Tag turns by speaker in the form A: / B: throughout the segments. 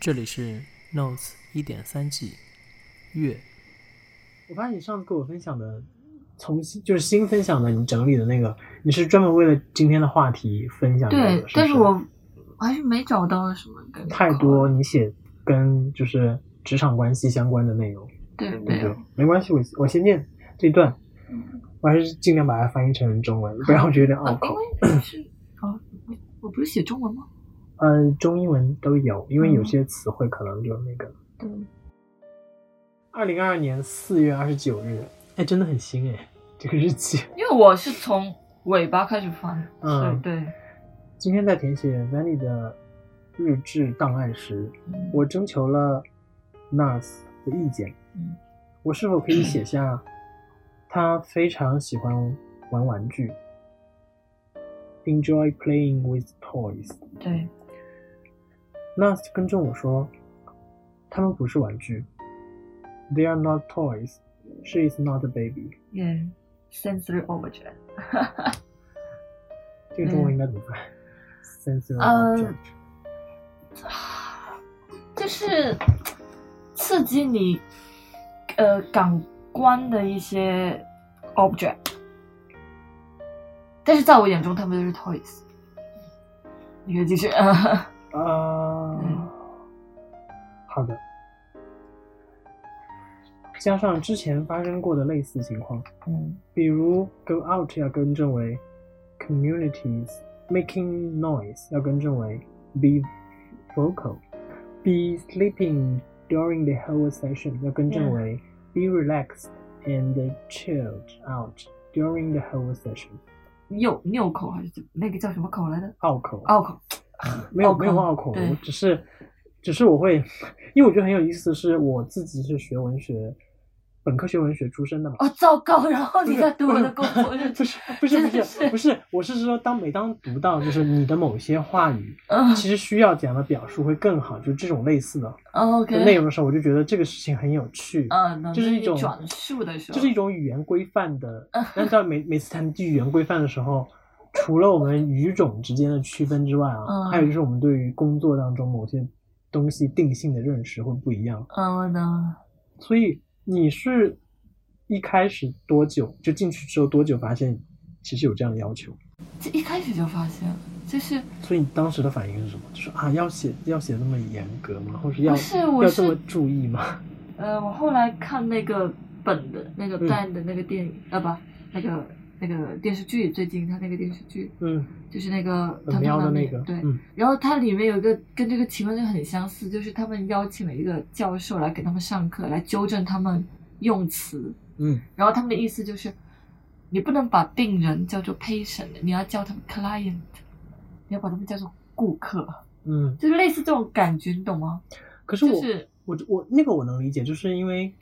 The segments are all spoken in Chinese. A: 这里是 Notes 一点三 G 月。
B: 我发现你上次给我分享的，重新就是新分享的，你整理的那个，你是专门为了今天的话题分享的，
C: 对，
B: 不
C: 但是我还是没找到什么跟
B: 太多你写跟就是职场关系相关的内容，
C: 对啊嗯
B: 对
C: 没
B: 不
C: 有
B: 对？没关系，我我先念这一段，我还是尽量把它翻译成中文，不然我觉得有点拗
C: 啊，
B: 口。
C: 因为是哦，我不是写中文吗？
B: 呃，中英文都有，因为有
C: 嗯
B: 些词汇可能就那个。
C: 对，
B: 二零二二年四月二十九日，哎，真的很新哎，这个日期。
C: 因为我是从尾巴开始翻，
B: 嗯
C: 所以对，
B: 今天在填写 Vanny 的日志档案时，我征求了 Nas 的意见
C: 嗯，
B: 我是否可以写下他非常喜欢玩玩具，enjoy playing with toys。
C: 对，
B: Nas 跟踪我说，他们不是玩具，they are not toys。She is not a baby。
C: 也 sensory overload。
B: 这个中文应该怎么翻？sensory
C: 嗯呃
B: object。
C: 就是刺激你呃感官的一些 object，但是在我眼中，他们就是 toys。你可以继续，
B: 嗯
C: 嗯
B: 啊，好的。加上之前发生过的类似情况，
C: 嗯，
B: 比如 go out 要更正为 communities making noise 要更正为 be vocal be sleeping during the whole session 要更正为 be relaxed and chilled out during the whole session
C: 拗拗口还是怎么那个叫什么口来着？
B: 拗口
C: 拗口，
B: 没有
C: 拗口
B: 没有拗口，
C: 对
B: 我只是只是我会，因为我觉得很有意思，是我自己是学文学，本科学文学出身的嘛。
C: 哦，糟糕！然后
B: 不
C: 你
B: 是
C: 在读我的
B: 不
C: 工
B: 是
C: 作日
B: 不
C: 志，
B: 是不是不
C: 真的
B: 是
C: 是
B: 不是，我是说，当每当读到就是你的某些话语，
C: 嗯
B: 其实需要怎样的表述会更好，就是这种类似的的内
C: 哦，OK，
B: 容的时候，我就觉得这个事情很有趣。
C: 嗯，能
B: 就是一
C: 你
B: 种
C: 转述的时候，嗯
B: 这是一种语言规范 的。但到每每次谈及语言规范的时候，除了我们语种之间的区分之外啊，
C: 嗯
B: 还有就是我们对于工作当中某些东西定性的认识会不一样。
C: 嗯呢，
B: 所以你是一开始多久就进去之后多久发现其实有这样的要求？
C: 这一开始就发现了，就是
B: 所以你当时的反应是什么？就是啊，要写要写那么严格吗？或者要
C: 不是我
B: 要
C: 是
B: 这么注意吗？
C: 呃，我后来看那个本的那个
B: 嗯
C: ban 的那个电影，呃，不，那个那个电视剧，最近他那个电视剧
B: 嗯，
C: 就是那个《
B: 很
C: 团
B: 喵
C: 团
B: 的
C: 满
B: 那
C: 面
B: 个，》
C: 对，
B: 嗯
C: 然后它里面有一个跟这个情况就很相似，就是他们邀请了一个教授来给他们上课，来纠正他们用词，
B: 嗯
C: 然后他们的意思就是，你不能把病人叫做 patient，你要叫他们 client，你要把他们叫做顾客，
B: 嗯。
C: 就是类似这种感觉，你懂吗？
B: 可是我、
C: 就是
B: 我我那个我能理解，就是因为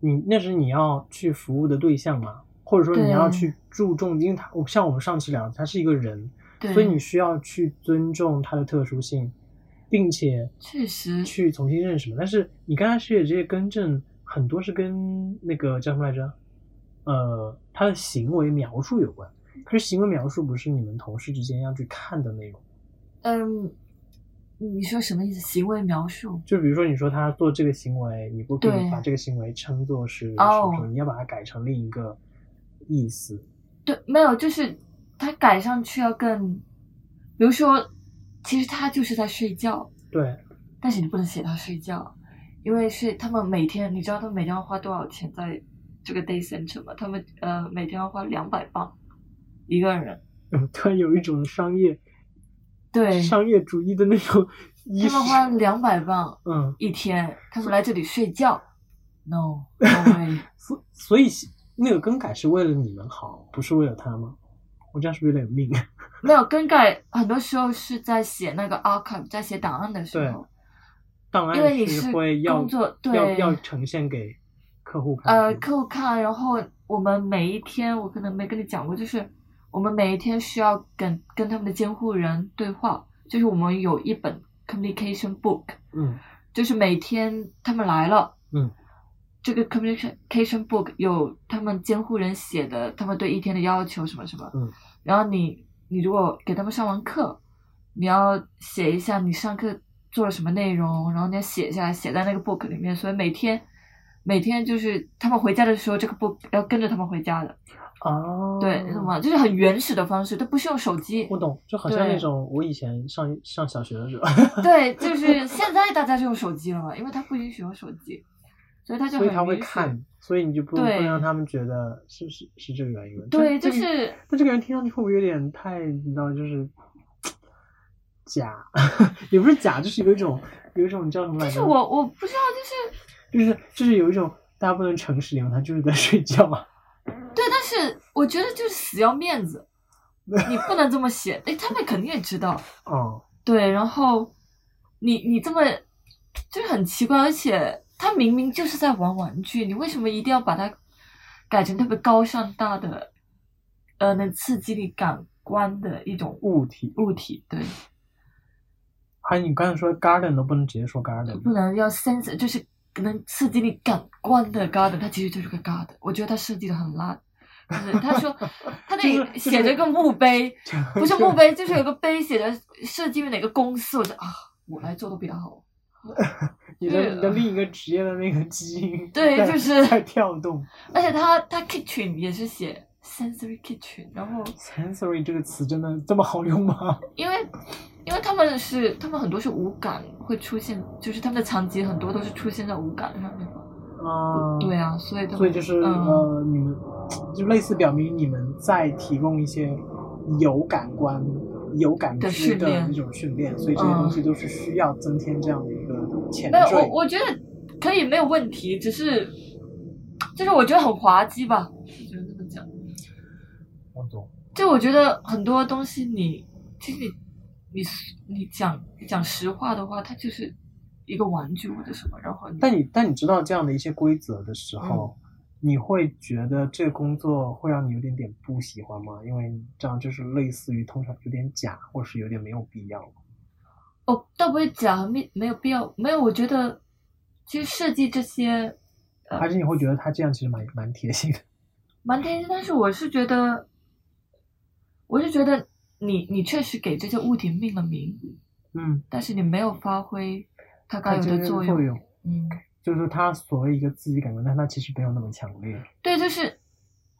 B: 你那是你要去服务的对象嘛，或者说你
C: 对
B: 要去注重，因为他我像我们上次聊的，他是一个人，
C: 对，
B: 所以你需要去尊重他的特殊性，并且
C: 确实
B: 去重新认识嘛。但是你刚才是这些更正，很多是跟那个叫什么来着？呃，他的行为描述有关。可是行为描述不是你们同事之间要去看的内容，
C: 嗯，你说什么意思？行为描述？
B: 就比如说你说他做这个行为，你不可以
C: 对
B: 把这个行为称作是什
C: 哦
B: 么什么，你要把它改成另一个意思。
C: 对，没有，就是他改上去要更，比如说，其实他就是在睡觉，
B: 对，
C: 但是你不能写他睡觉，因为是他们每天，你知道他们每天要花多少钱在这个 day center 吗？他们呃每天要花两百磅一个人，
B: 嗯突然有一种商业
C: 对，
B: 商业主义的那种意
C: 他
B: 识
C: 们。花两百磅
B: 嗯，
C: 一天，他们来这里睡觉，no no way。
B: 所所以那个更改是为了你们好，不是为了他吗？我这样是不是有点命？
C: 没有更改，很多时候是在写那个 archive，在写档案的时
B: 对
C: 候，
B: 档
C: 因为
B: 案
C: 你是
B: 会要
C: 工作对
B: 要要呈现给客户看。
C: 呃，客户看，然后我们每一天，我可能没跟你讲过，就是我们每一天需要跟跟他们的监护人对话，就是我们有一本 communication book，
B: 嗯
C: 就是每天他们来了，
B: 嗯，
C: 这个 communication book 有他们监护人写的，他们对一天的要求什么什么，
B: 嗯，
C: 然后你你如果给他们上完课，你要写一下你上课做了什么内容，然后你要写下来，写在那个 book 里面。所以每天每天就是他们回家的时候，这个 book 要跟着他们回家的。
B: 哦，
C: 对，你懂吗？就是很原始的方式，它不是用手机。
B: 我懂，就好像
C: 对
B: 那种我以前上上小学的时候，
C: 对，就是现在大家是用手机了嘛，因为他不允许用手机，所以他就
B: 所
C: 很
B: 以他会
C: 允许。
B: 看，所以你就不不
C: 对
B: 能让他们觉得是是是这个原因吗。
C: 对，就
B: 这个
C: 是
B: 那这个人听上去会不会有点太，你知道，就是假， 也不是假，就是有一种有一种叫什么
C: 就
B: 来
C: 是
B: 着？
C: 我我不知道，就是
B: 就是就是有一种大家不能诚实点，他就是在睡觉啊嘛。
C: 对，但是我觉得就是死要面 子，你不能这么写。哎，他们肯定也知道。
B: 哦，
C: 对，然后你你这么就是很奇怪，而且他明明就是在玩玩具，你为什么一定要把它改成特别高尚大的，呃，能刺激你感官的一种物
B: 物体，
C: 物体？对，
B: 还有你刚才说 garden 都不能直接说 garden，
C: 不能要 sense，就是能刺激你感官的 garden，它其实就是个 garden。我觉得它设计的很烂。就是 他说，他那
B: 就是
C: 里
B: 就是
C: 写着个墓碑，
B: 就
C: 不是墓碑，就是有个碑写着设计于哪个公司，我就啊，我来做都比他好。
B: 你
C: 对
B: 的你的另一个职业的那个基因
C: 对
B: 在
C: 就是
B: 在跳动。
C: 而且他他 kitchen 也是写 sensory kitchen，然后
B: sensory 这个词真的这么好用吗？
C: 因为因为他们是他们很多是无感会出现，就是他们的场景很多都是出现在无感上面嘛。
B: 啊、
C: 对啊，所以他
B: 嗯
C: 们
B: 所以就是、
C: 嗯，
B: 呃，你们就类似表明你们在提供一些有感官、有感
C: 的
B: 知
C: 训
B: 的
C: 练
B: 一种训练，所以这些
C: 嗯
B: 东西都是需要增添这样的一个前
C: 没有
B: 缀。
C: 我我觉得可以没有问题，只是就是我觉得很滑稽吧，只能这么讲。
B: 我懂，
C: 就我觉得很多东西你，其实你你你讲你讲实话的话，它就是一个玩具或者什么，然后你
B: 但你但你知道这样的一些规则的时候，
C: 嗯
B: 你会觉得这个工作会让你有点点不喜欢吗？因为这样就是类似于通常有点假，或是有点没有必要。
C: 哦，倒不会讲没没有必要，没有，我觉得其实设计这些呃
B: 还是你会觉得他这样其实蛮蛮贴心的？
C: 蛮贴心，但是我是觉得，我是觉得你你确实给这些物体命了名，
B: 嗯，
C: 但是你没有发挥它该
B: 它
C: 有
B: 这
C: 的
B: 个作
C: 作用。
B: 用。
C: 嗯，
B: 就是说他所谓一个刺激感官，但他其实没有那么强烈。
C: 对，就是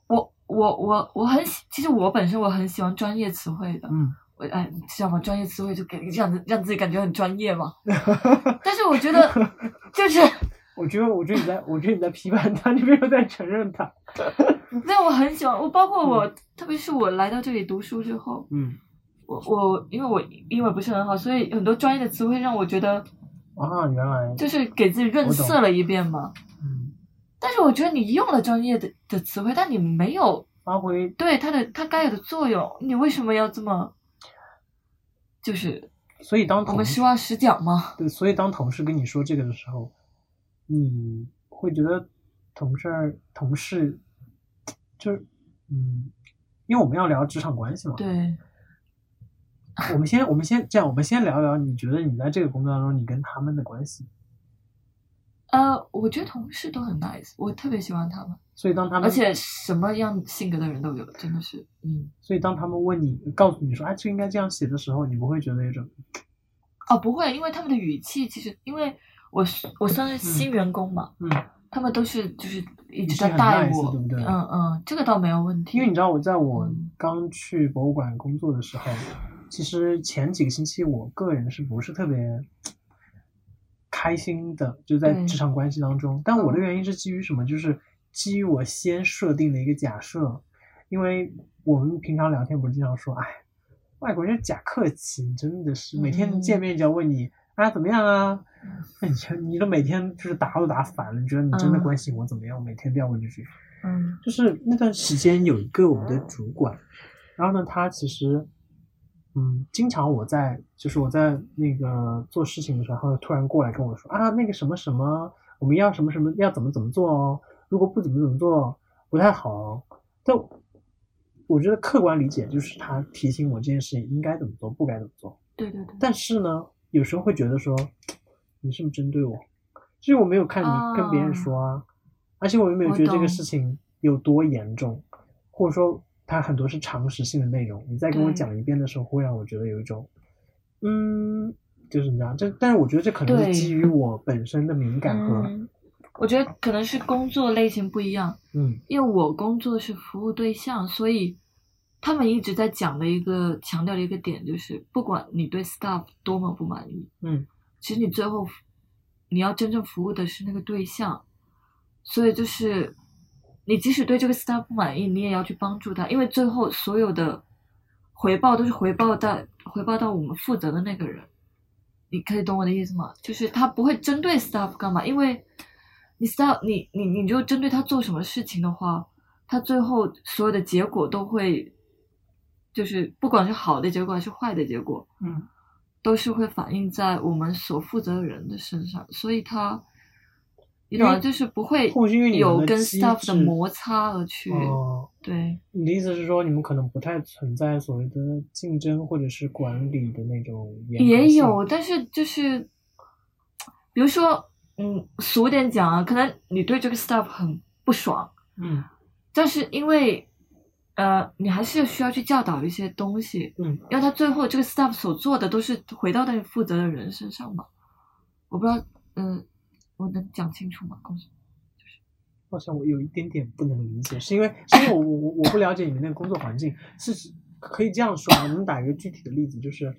C: 我我我我很喜，其实我本身我很喜欢专业词汇的，
B: 嗯，
C: 我哎，你知道吗？专业词汇就给让让自己感觉很专业嘛。但是我觉得就是。
B: 我觉得，我觉得你在，我觉得你在批判他，你没有在承认他。
C: 但我很喜欢，我包括我，特别是我来到这里读书之后，
B: 嗯，
C: 我我因为我英文不是很好，所以很多专业的词汇让我觉得
B: 啊，原来，
C: 就是给自己润色了一遍嘛。
B: 嗯，
C: 但是我觉得你用了专业的的词汇，但你没有
B: 发挥
C: 对它的它该有的作用，你为什么要这么？就是
B: 所以当
C: 我
B: 同
C: 们
B: 事
C: 实话实讲嘛。
B: 对，所以当同事跟你说这个的时候，你会觉得同事儿同事就是嗯，因为我们要聊职场关系嘛。
C: 对，
B: 我们先，我们先这样，我们先聊聊，你觉得你在这个工作当中，你跟他们的关系。
C: 呃，我觉得同事都很 nice，我特别喜欢他们，
B: 所以当他们
C: 而且什么样性格的人都有，真的是，嗯，
B: 所以当他们问你，告诉你说，哎，这应该这样写的时候，你不会觉得有种，
C: 哦，不会，因为他们的语气其实，因为我是我算是新员工嘛，
B: 嗯，
C: 他们都是就是一
B: 语
C: 直
B: 气
C: 在
B: 很
C: 带
B: nice，
C: 我，
B: 对不对
C: 嗯嗯，这个倒没有问题。
B: 因为你知道我在我
C: 嗯
B: 刚去博物馆工作的时候，其实前几个星期我个人是不是特别开心的，就在
C: 嗯
B: 职场关系当中。但我的原因是基于什么？就是基于我先设定的一个假设，因为我们平常聊天不是经常说，哎，外国人假客气，真的是每天
C: 嗯
B: 见面就要问你。啊，怎么样啊？ 哎你你都每天就是打都打烦了，你觉得你真的
C: 嗯
B: 关心我怎么样？每天都要问这句。
C: 嗯
B: 就是那段时间有一个我们的主管，然后呢，他其实，嗯，经常我在就是我在那个做事情的时候，他会突然过来跟我说啊，那个什么什么，我们要什么什么要怎么怎么做哦，如果不怎么怎么做不太好哦。但我觉得客观理解就是他提醒我这件事情应该怎么做，不该怎么做。
C: 对对对，
B: 但是呢，有时候会觉得说，你是不是针对我？其实我没有看你跟别人说啊，
C: 哦
B: 而且我也没有觉得这个事情有多严重，或者说它很多是常识性的内容。你再跟我
C: 对
B: 讲一遍的时候，会让我觉得有一种，嗯，就是你知道，这但是我觉得这可能
C: 对
B: 是基于我本身的敏感和
C: 嗯，我觉得可能是工作类型不一样，
B: 嗯
C: 因为我工作是服务对象，所以他们一直在讲的一个强调的一个点就是，不管你对 staff 多么不满意，
B: 嗯，
C: 其实你最后你要真正服务的是那个对象，所以就是你即使对这个 staff 不满意，你也要去帮助他，因为最后所有的回报都是回报到回报到我们负责的那个人。你可以懂我的意思吗？就是他不会针对 staff 干嘛，因为你 staff 你你你就针对他做什么事情的话，他最后所有的结果都会，就是不管是好的结果还是坏的结果，
B: 嗯
C: 都是会反映在我们所负责的人的身上，所以他，你
B: 因为
C: 懂吗？就是不会
B: 或许因为你们
C: 有
B: 的
C: 跟
B: 机
C: staff
B: 制
C: 的摩擦而去，
B: 哦，
C: 对
B: 你的意思是说你们可能不太存在所谓的竞争或者是管理的那种严格
C: 也
B: 性
C: 有，但是就是，比如说，嗯，俗点讲啊，可能你对这个 staff 很不爽，
B: 嗯
C: 但是因为，呃，你还是需要去教导一些东西，
B: 嗯
C: 因为他最后这个 staff 所做的都是回到那个负责的人身上嘛。我不知道，嗯、我能讲清楚吗？公司
B: 好像我有一点点不能理解，是因为是因为我我我我不了解你们那个工作环境，是指可以这样说吗？我们打一个具体的例子，就是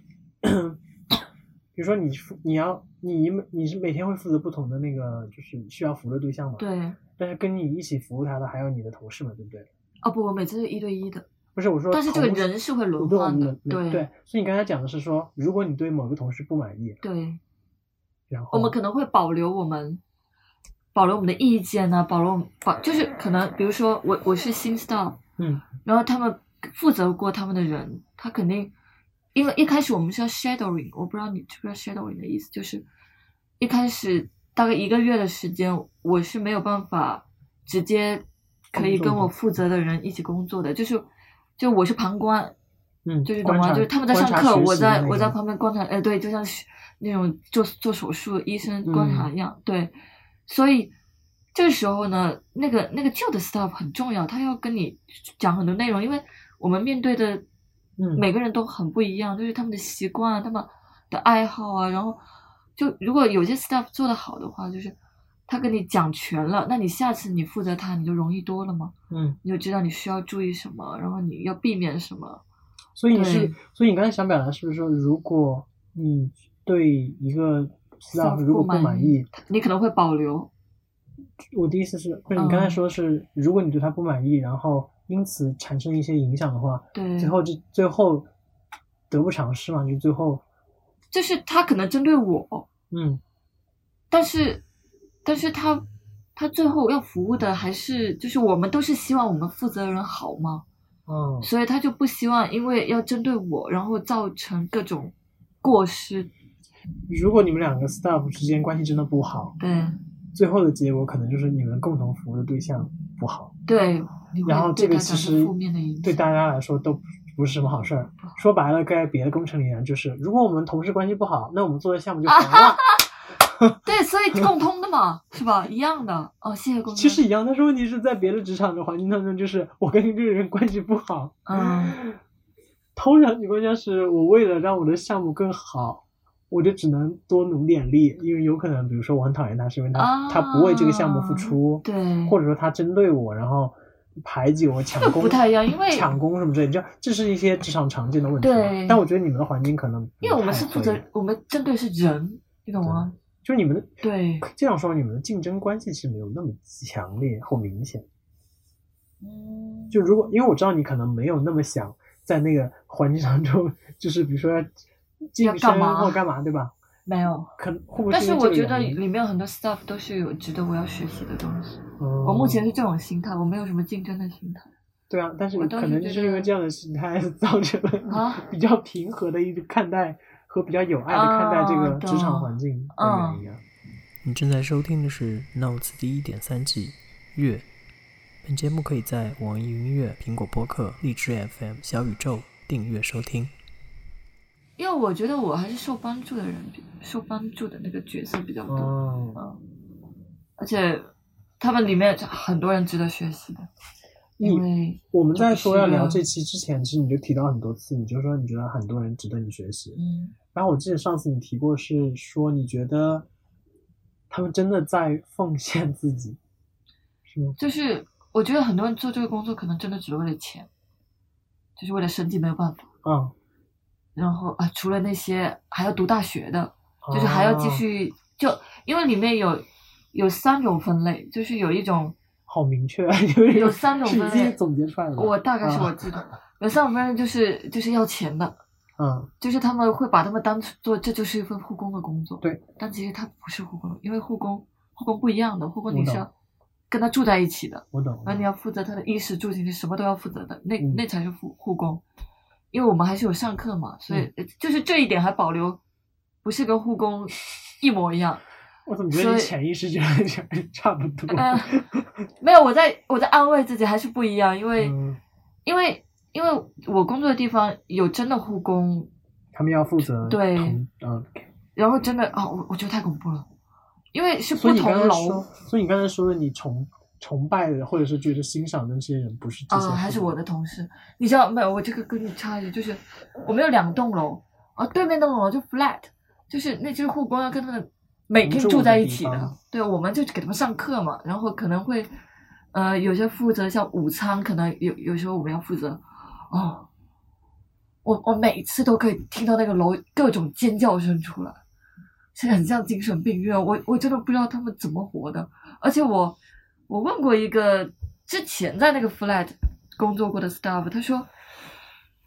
B: 比如说你负你要你每你是每天会负责不同的那个就是需要服务的对象嘛，，
C: 对，
B: 但是跟你一起服务他的还有你的同事嘛，对不对？
C: 哦不，我每次是一对一的，
B: 不是我说同
C: 但
B: 事，
C: 是这个人是会轮
B: 对
C: 换的
B: 我们
C: 对
B: 对，所以你刚才讲的是说，如果你对某个同事不满意，
C: 对，
B: 然后
C: 我们可能会保留我们，保留我们的意见呐、保留我们保就是可能，比如说我我是新 staff，
B: 嗯
C: 然后他们负责过他们的人，他肯定，因为一开始我们是要 shadowing，我不知道你知不知道 shadowing 的意思，就是一开始大概一个月的时间，我是没有办法直接可以跟我负责的人一起工作的，就是就我是旁观，
B: 嗯，
C: 就是懂
B: 观
C: 吗？
B: 察
C: 就是他们在
B: 观
C: 上
B: 察
C: 课，
B: 学
C: 我
B: 习的
C: 在
B: 那
C: 我在
B: 种
C: 旁边观察，哎，对，就像是那种做做手术医生
B: 嗯
C: 观察一样，对。所以这个时候呢，那个那个旧的 staff 很重要，他要跟你讲很多内容，因为我们面对的
B: 嗯
C: 每个人都很不一样，就是他们的习惯啊，他们的爱好啊，然后就如果有些 staff 做得好的话，就是他跟你讲全了，那你下次你负责他，你就容易多了嘛，
B: 嗯，
C: 你就知道你需要注意什么，然后你要避免什么。
B: 所以你是
C: 对
B: 所以你刚才想表达是不是说，如果你对一个 staff 如果不满意，，
C: 你可能会保留。
B: 我的意思是，不是你刚才说是，如果你对他不满意，然后因此产生一些影响的话，
C: 对，
B: 最后就最后得不偿失嘛，就最后
C: 就是他可能针对我，
B: 嗯
C: 但是，但是他他最后要服务的还是就是我们都是希望我们负责人好嘛，
B: 哦
C: 所以他就不希望因为要针对我，然后造成各种过失。
B: 如果你们两个 staff 之间关系真的不好，
C: 对
B: 最后的结果可能就是你们共同服务的对象不好，
C: 对，你会
B: 然后这个
C: 对他
B: 其
C: 产
B: 实
C: 生负面的影响。啊
B: 对大家来说都不是什么好事儿。说白了，在别的工程里面就是，如果我们同事关系不好，那我们做的项目就
C: 啊
B: 黄了。
C: 对，所以共通的嘛，是吧？一样的。哦，谢谢公司。
B: 其实一样，但是问题是在别的职场的环境当中，就是我跟这个人关系不好，
C: 嗯，
B: 通常情况下是我为了让我的项目更好，我就只能多努点力，因为有可能，比如说我很讨厌他，是因为他、
C: 啊
B: 他不为这个项目付出，
C: 对，
B: 或者说他针对我，然后排挤我、抢
C: 嗯这个
B: 功，
C: 不太一样，因为
B: 抢功什么之类的，这这是一些职场常见的问题。
C: 对
B: 但我觉得你们的环境可能不
C: 因为我们
B: 太
C: 是负
B: 会
C: 责，我们针对是人，你懂吗？
B: 就你们的
C: 对，
B: 这样说，你们的竞争关系是没有那么强烈或明显。
C: 嗯，
B: 就如果因为我知道你可能没有那么想在那个环境当中，就是比如说要
C: 要
B: 晋
C: 干
B: 升
C: 嘛
B: 或干嘛，对吧？
C: 没有。
B: 可能会不会
C: 但是
B: 因为
C: 我
B: 这个
C: 觉得
B: 原因
C: 里面很多 stuff 都是有值得我要学习的东西。
B: 嗯
C: 我目前是这种心态，我没有什么竞争的心态
B: 对啊，但是
C: 我
B: 你
C: 倒
B: 可
C: 是
B: 能
C: 觉
B: 就是因为
C: 得
B: 这样的心态 造成了
C: 啊。
B: 比较平和的一个看待和比较有爱的看待这
C: 啊
B: 个职场
C: 懂
B: 环境的
C: 嗯
B: 原因啊。
A: 你正在收听的是《Notes》第一点三季月。本节目可以在网易云音乐、苹果播客、荔枝 FM、小宇宙订阅收听。
C: 因为我觉得我还是受帮助的人比，受帮助的那个角色比较多，
B: 哦，
C: 而且他们里面很多人值得学习的。
B: 你
C: 因为
B: 我们在说要
C: 就是
B: 聊这期之前，其实你就提到很多次，你就说你觉得很多人值得你学习。
C: 嗯
B: 然后我记得上次你提过是说你觉得他们真的在奉献自己，是吗？
C: 就是我觉得很多人做这个工作可能真的只是为了钱，就是为了生计没有办法。
B: 啊，
C: 然后啊，除了那些还要读大学的，就是还要继
B: 啊
C: 续就因为里面有有三种分类，就是有一种
B: 好明确，有
C: 有三种
B: 是你
C: 分
B: 自己
C: 类
B: 总结出来的吗。
C: 我大概是我
B: 啊
C: 记得、有三种分类就是就是要钱的，
B: 嗯
C: 就是他们会把他们当做这就是一份护工的工作，
B: 对，
C: 但其实他不是护工，因为护工护工不一样的，护工你是
B: 我懂
C: 要跟他住在一起的，
B: 我懂。
C: 啊然后你要负责他的衣食住行，你什么都要负责的，那、
B: 嗯
C: 那才是护护工。因为我们还是有上课嘛，所以
B: 嗯
C: 呃就是这一点还保留，不是跟护工一模一样。
B: 我怎么觉得
C: 所
B: 你
C: 以
B: 潜意识觉得 差不多？
C: 呃， 没有，我在我在安慰自己还是不一样，因为、
B: 嗯，
C: 因为因为我工作的地方有真的护工，
B: 他们要负责
C: 对
B: 同嗯，
C: 然后真的啊、我我觉得太恐怖了，因为是
B: 所
C: 不
B: 以你刚
C: 同
B: 才
C: 楼
B: 说，所以你刚才说的你崇崇拜的或者是觉得欣赏的那些人，不是这些
C: 啊，还是我
B: 的
C: 的同事，你知道没有？我这个跟你插一句，就是我们有两栋楼，啊，对面栋楼就 flat，就是那就是护工要跟他们每
B: 同
C: 天
B: 住
C: 住
B: 的
C: 在一
B: 地
C: 起
B: 方
C: 的，对，我们就给他们上课嘛，然后可能会，呃，有些负责像午餐，可能有有时候我们要负责，哦，我我每次都可以听到那个楼各种尖叫声出来，是很像精神病院，我我真的不知道他们怎么活的，而且我我问过一个之前在那个 flat 工作过的 staff，他说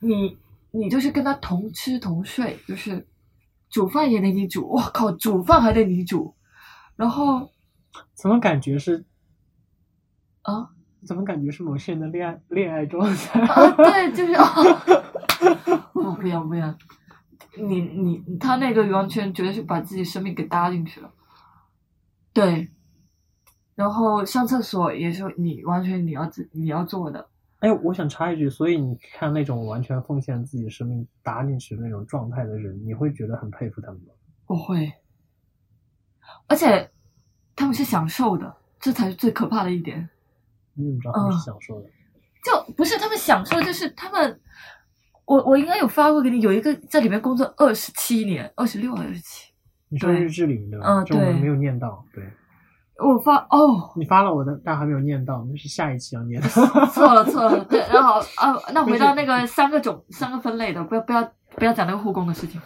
C: 你你就是跟他同吃同睡，就是煮饭也得你煮，我靠，煮饭还得你煮，然后
B: 怎么感觉是
C: 啊？
B: 怎么感觉是某些人的恋爱恋爱状态？
C: 啊，对，就是啊，不不要不要，你你他那个完全绝对是把自己生命给搭进去了，对。然后上厕所也是你完全你要自你要做的，
B: 哎，我想插一句，所以你看那种完全奉献自己生命打进去的那种状态的人，你会觉得很佩服他们吗？
C: 我会，而且他们是享受的，这才是最可怕的一点。
B: 你怎么知道他们是
C: 嗯
B: 享受的？
C: 就不是他们享受，就是他们，我我应该有发过给你，有一个在里面工作二十七年，二十六还是二十七，
B: 你说
C: 对
B: 日志里面的，
C: 嗯
B: 就我们
C: 对
B: 没有念到，对
C: 我发哦，
B: 你发了我的，但还没有念到，那是下一期要念的。
C: 错了错了，对，然后啊，那
B: 不是
C: 回到那个三个种三个分类的，不要不要不要讲那个护工的事情。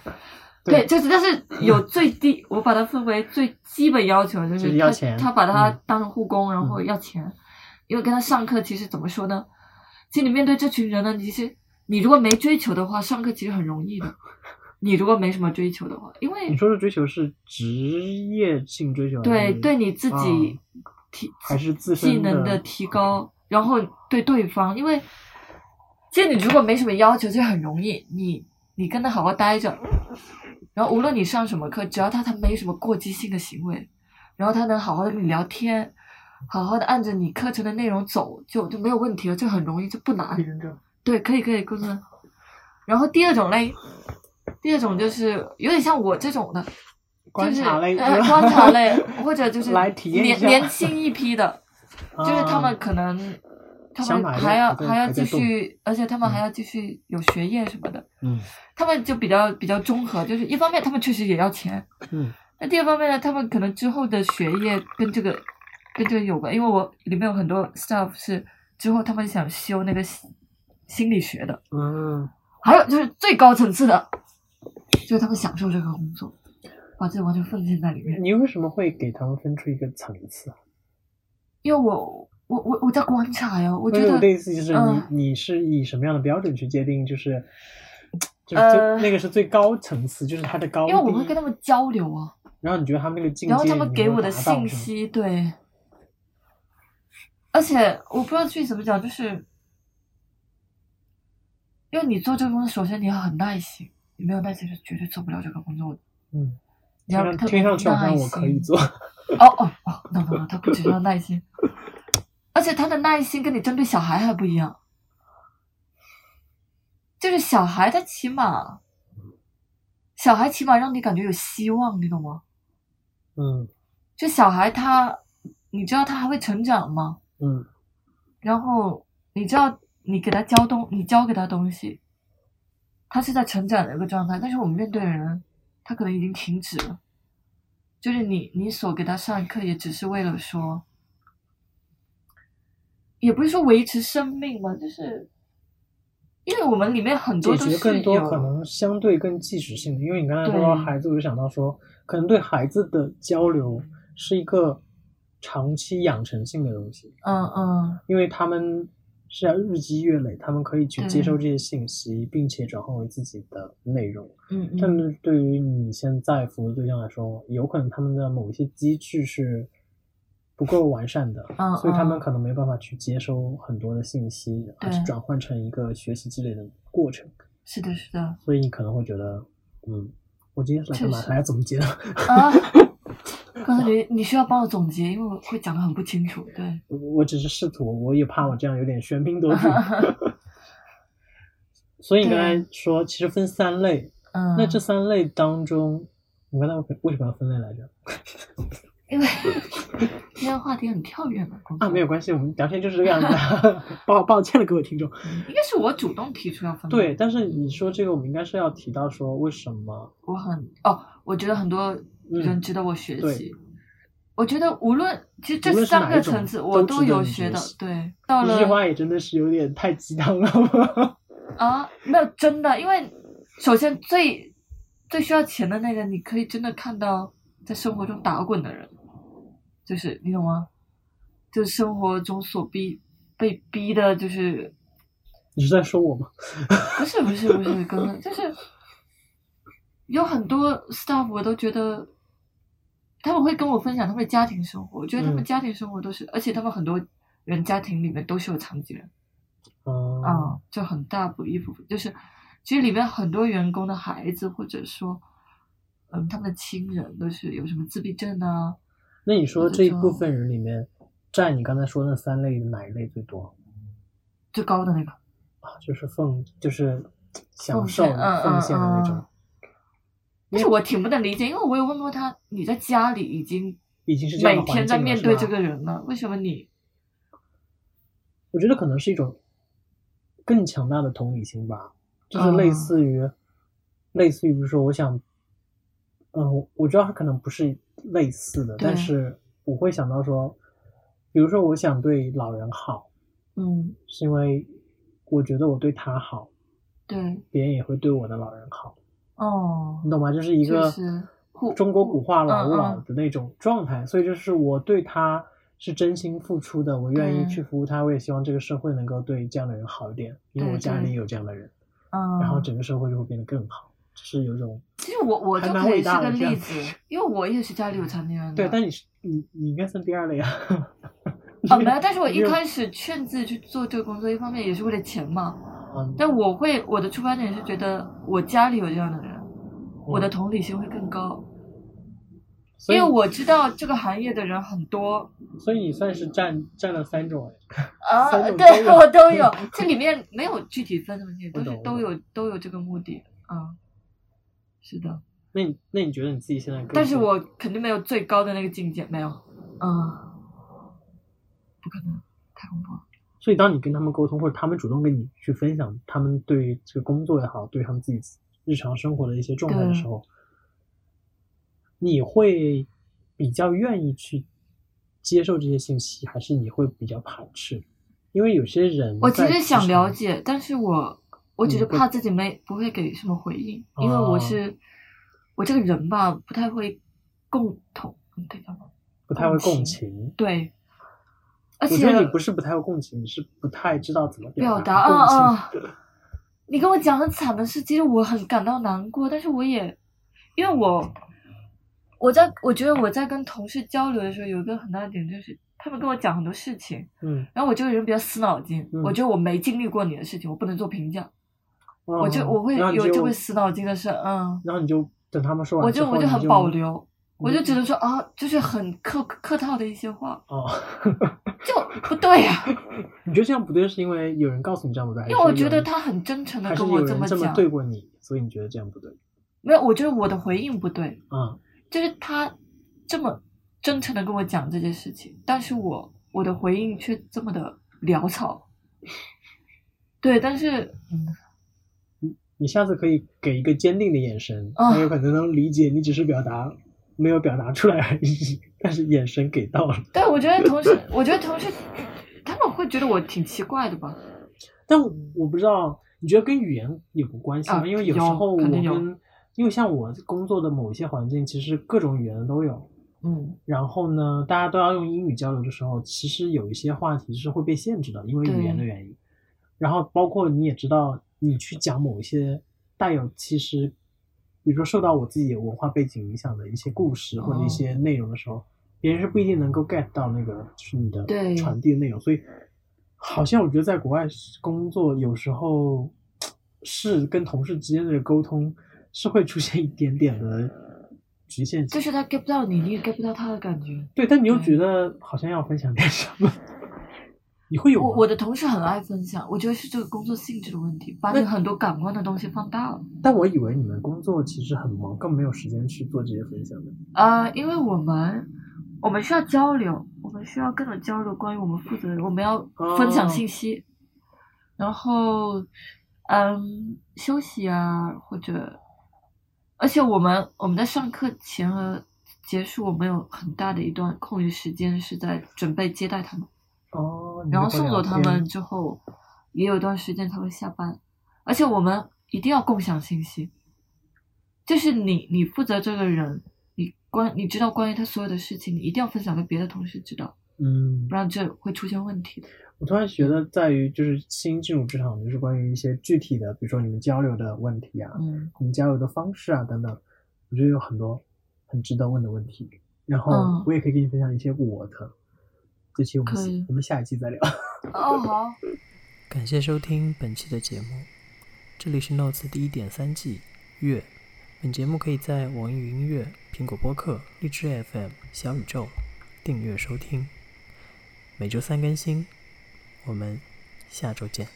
B: 对
C: 对，就是但是有最低，我把它分为最基本要求，就
B: 就是是
C: 他
B: 要钱
C: 他把它
B: 嗯
C: 当成护工，然后要钱，因为跟他上课其实怎么说呢？其实你面对这群人呢，你其实你如果没追求的话，上课其实很容易的。你如果没什么追求的话，因为
B: 你说的追求是职业性追求，还
C: 对
B: 是
C: 对你自
B: 嗯
C: 己提、
B: 还是自身
C: 技能
B: 的
C: 的提高，然后对对方，因为其实你如果没什么要求，就很容易你你跟他好好待着，然后无论你上什么课，只要他他没什么过激性的行为，然后他能好好的跟你聊天，好好的按着你课程的内容走，就就没有问题了，就很容易就不难。
B: 竞争
C: 对，可以可以，工作。然后第二种类，第二种就是有点像我这种的，
B: 观察类
C: 就是呃、观 察类，或者就是
B: 来体验一
C: 年
B: 下
C: 年轻一批的，就是他们
B: 啊
C: 可能他
B: 想
C: 们
B: 买的
C: 还要
B: 还在
C: 还要
B: 还在
C: 继续，而且他们还要继续有学业什么的，
B: 嗯
C: 他们就比较比较综合，就是一方面他们确实也要钱，
B: 嗯
C: 那第二方面呢，他们可能之后的学业跟这个跟这个有关，因为我里面有很多 staff 是之后他们想修那个心心理学的。
B: 嗯，
C: 还有就是最高层次的，就是他们享受这个工作，把自己完全奉献在里面。
B: 你为什么会给他们分出一个层次啊？
C: 因为我我我我在观察呀，我
B: 哎我
C: 觉
B: 有
C: 得
B: 类似就是你
C: 嗯
B: 你是以什么样的标准去界定就是就是最
C: 呃
B: 那个是最高层次，就是它的高低
C: 因为我会跟他们交流啊，
B: 然后你觉得他们那个境界，
C: 然后他们
B: 你
C: 给
B: 没有
C: 我的
B: 达到
C: 信
B: 是吗，
C: 息，对。而且我不知道具体怎么讲，就是因为你做这个工作，首先你要很耐心，你没有耐心是绝对做不了这个工作的。
B: 嗯，
C: 你要
B: 听上
C: 特
B: 听
C: 别
B: 上去好像
C: 耐
B: 我可以
C: 心
B: 做，
C: 哦哦哦，no no no，他不只要耐心，而且他的耐心跟你针对小孩还不一样，就是小孩他起码，小孩起码让你感觉有希望，你懂吗？
B: 嗯
C: 就小孩他，你知道他还会成长吗？
B: 嗯
C: 然后你知道你给他教东，你教给他东西，他是在成长的一个状态，但是我们面对的人，他可能已经停止了。就是你你所给他上课，也只是为了说，也不是说维持生命嘛，就是因为我们里面很多
B: 解
C: 都
B: 决
C: 是
B: 更多
C: 有
B: 可能相对更即时性的，因为你刚才说
C: 对
B: 到孩子，我就想到说，可能对孩子的交流是一个长期养成性的东西，
C: 嗯嗯
B: 因为他们是要日积月累，他们可以去
C: 对
B: 接收这些信息，并且转化为自己的内容。
C: 嗯嗯，
B: 但是对于你现在服务对象来说，有可能他们的某一些机制是不够完善的，
C: 嗯
B: 所以他
C: 嗯
B: 们可能没办法去接收很多的信息，而是
C: 对
B: 转换成一个学习积累的过程。
C: 是的，是的。
B: 所以你可能会觉得，嗯，我今天是来干嘛？
C: 确实
B: 来怎么接的？
C: 啊，刚才你你需要帮我总结，因为我会讲的很不清楚。对，
B: 我我只是试图，我也怕我这样有点喧宾夺主。所以你刚才说，其实分三类，
C: 嗯，
B: 那这三类当中，你刚才为为什么要分类来着？
C: 因为今天话题很跳跃嘛，
B: 啊，没有关系，我们聊天就是这个样子的。 抱抱歉了，各位听众。
C: 系，应该是我主动提出要分的。
B: 对，但是你说这个，我们应该是要提到说为什么？
C: 我很哦，我觉得很多
B: 嗯
C: 人值得我学习。我觉得无论其实
B: 无
C: 这
B: 论是
C: 三
B: 哪
C: 个
B: 一种
C: 层次我
B: 都值得
C: 有
B: 你
C: 学
B: 学
C: 到
B: 习，
C: 对，到
B: 一句
C: 了
B: 话也真的是有点太鸡汤了 吧？
C: 啊，没有真的，因为首先最最需要钱的那个，你可以真的看到在生活中打滚的人，就是你懂吗？就是生活中所逼被逼的，就是
B: 你是在说我吗？
C: 不是不是不是，哥，就是有很多 staff 我都觉得他们会跟我分享他们的家庭生活，我觉得他们
B: 嗯
C: 家庭生活都是，而且他们很多人家庭里面都是有残疾人。
B: 啊，
C: 啊，就很大不一部分，就是其实里面很多员工的孩子，或者说，嗯，他们的亲人都是有什么自闭症啊，
B: 那你说这一
C: 我就
B: 部分人里面，占你刚才说那三类的哪一类最多
C: 最高的那个
B: 啊？就是奉，就是享
C: 奉
B: 受
C: 献，嗯
B: 奉献的那
C: 嗯嗯
B: 种，
C: 但是我挺不能理解，因为我有问过他，你在家里已经
B: 已经是这样
C: 每
B: 的环
C: 天在
B: 境了
C: 面
B: 是
C: 对
B: 吧
C: 这个人了，为什么你
B: 我觉得可能是一种更强大的同理心吧，就是类似于、类似于说，我想，嗯、我我知道它可能不是类似的，
C: 对
B: 但是我会想到说，比如说我想对老人好，
C: 嗯
B: 是因为我觉得我对他好，
C: 对
B: 别人也会对我的老人好，
C: 哦
B: 你懂吗？就是一个
C: 就是互
B: 中国古话“老吾老
C: 嗯”嗯
B: 的那种状态，所以就是我对他是真心付出的，我愿意
C: 对
B: 去服务他，我也希望这个社会能够对这样的人好一点，因为我家里有这样的人，
C: 嗯，
B: 然后整个社会就会变得更好，就是有一种
C: 其实我我
B: 还
C: 就
B: 蛮
C: 可
B: 伟
C: 以是
B: 大
C: 个
B: 的这样
C: 例子，因为我也是家里有残疾人的，
B: 对，但你是你你应该算第二类啊，
C: 啊没有，但是我
B: 因
C: 一
B: 为
C: 开始劝自己去做这个工作，一方面也是为了钱嘛，
B: 嗯，
C: 但我会我的出发点是觉得我家里有这样的人，我的
B: 嗯
C: 同理心会更高，
B: 所
C: 因
B: 以
C: 为我知道这个行业的人很多
B: 所以你算是占占了三种哎，
C: 啊，
B: 三种
C: 对
B: 都有
C: 我都 有，这里面没有具体分什么些，都是
B: 我懂
C: 都
B: 我
C: 有都有这个目的啊，是的，
B: 那你那你觉得你自己现在更
C: 但是我肯定没有最高的那个境界，没有，嗯，不可能，太恐怖了，
B: 所以，当你跟他们沟通，或者他们主动跟你去分享他们对于这个工作也好，对他们自己日常生活的一些状态的时候，你会比较愿意去接受这些信息，还是你会比较排斥？因为有些人，
C: 我其实想了，解，但是我我只
B: 嗯
C: 是
B: 会
C: 怕自己没不会给什么回应，因为我
B: 哦
C: 是我这个人吧，不太会共同嗯对吧？
B: 不太会共
C: 共
B: 情。
C: 对，
B: 我
C: 而且
B: 觉得你不是不太会共情，你是不太知道怎么
C: 表达
B: 达
C: 啊
B: 共情。
C: 啊！你跟我讲很惨的事，其实我很感到难过，但是我也因为我我在我觉得我在跟同事交流的时候，有一个很大的点就是，他们跟我讲很多事情，
B: 嗯，
C: 然后我这个人比较死脑筋，
B: 嗯
C: 我觉得我没经历过你的事情，我不能做评价。我
B: 我
C: 就我会有就会死脑筋的事，嗯，
B: 然后你就等他们说完
C: 我
B: 之
C: 就
B: 后，
C: 我就
B: 你
C: 很保留，我就
B: 嗯
C: 只能说啊，就是很客客套的一些话，
B: 哦。
C: 就不对啊呀、
B: 你觉得这样不对，是因为有人告诉你这样不对，还是
C: 因为我
B: 有
C: 觉得
B: 人
C: 他很真诚的
B: 还是
C: 跟
B: 有
C: 我
B: 人
C: 么
B: 这么
C: 讲，
B: 对过你，所以你觉得这样不对？
C: 没有，我觉得我的回应不对，
B: 啊、
C: 就是他这么真诚的跟我讲这件事情，但是我我的回应却这么的潦草，对，但是
B: 嗯你下次可以给一个坚定的眼神，
C: 哦
B: 他有可能能理解你只是表达没有表达出来而已， 但是眼神给到了。
C: 对我觉得同事，我觉得同事他们会觉得我挺奇怪的吧？
B: 但我我不知道，你觉得跟语言有不关系吗？
C: 啊
B: 因为有时
C: 有
B: 候我
C: 肯定有
B: 跟，因为像我工作的某一些环境，其实各种语言都有。
C: 嗯，
B: 然后呢，大家都要用英语交流的时候，其实有一些话题是会被限制的，因为
C: 对
B: 语言的原因。然后包括你也知道，你去讲某一些带有其实，比如说受到我自己文化背景影响的一些故事或
C: 哦
B: 者一些内容的时候，别人是不一定能够 get 到那个就是你的
C: 对
B: 传递的内容。所以，好像我觉得在国外工作有时候是跟同事之间的沟通是会出现一点点的局限性。
C: 就是他 get 不到你，你也 get 不到他的感觉。
B: 对，但你又
C: 对
B: 觉得好像要分享点什么，你会有
C: 我
B: 吗
C: 我的同事很爱分享，我觉得是这个工作性质的问题，把
B: 那
C: 你很多感官的东西放大了。
B: 但我以为你们工作其实很忙，更没有时间去做这些分享的。
C: 呃，因为我们我们需要交流，我们需要各种交流关于我们负责的，我们要分享
B: 哦
C: 信息，然后嗯休息啊，或者而且我们我们在上课前和结束，我们有很大的一段空余时间是在准备接待他们，
B: 哦，你
C: 然后
B: 们会
C: 送
B: 聊
C: 走他
B: 天
C: 们之后，也有一段时间才会下班，而且我们一定要共享信息，就是你你负责这个人，你关你知道关于他所有的事情，你一定要分享给别的同事知道，
B: 嗯
C: 不，然这会出现问题的。
B: 我突然觉得在于就是新进入职场，就是关于一些具体的，比如说你们交流的问题啊，
C: 嗯
B: 你们交流的方式啊等等，我觉得有很多很值得问的问题。然后
C: 嗯
B: 我也可以跟你分享一些我的，这期我们
C: 可以
B: 我们下一期再聊。
C: 哦好，
A: 感谢收听本期的节目，这里是 Notes 第一点三季月。本节目可以在网易云音乐、苹果播客、荔枝 FM、小宇宙订阅收听，每周三更新。我们下周见。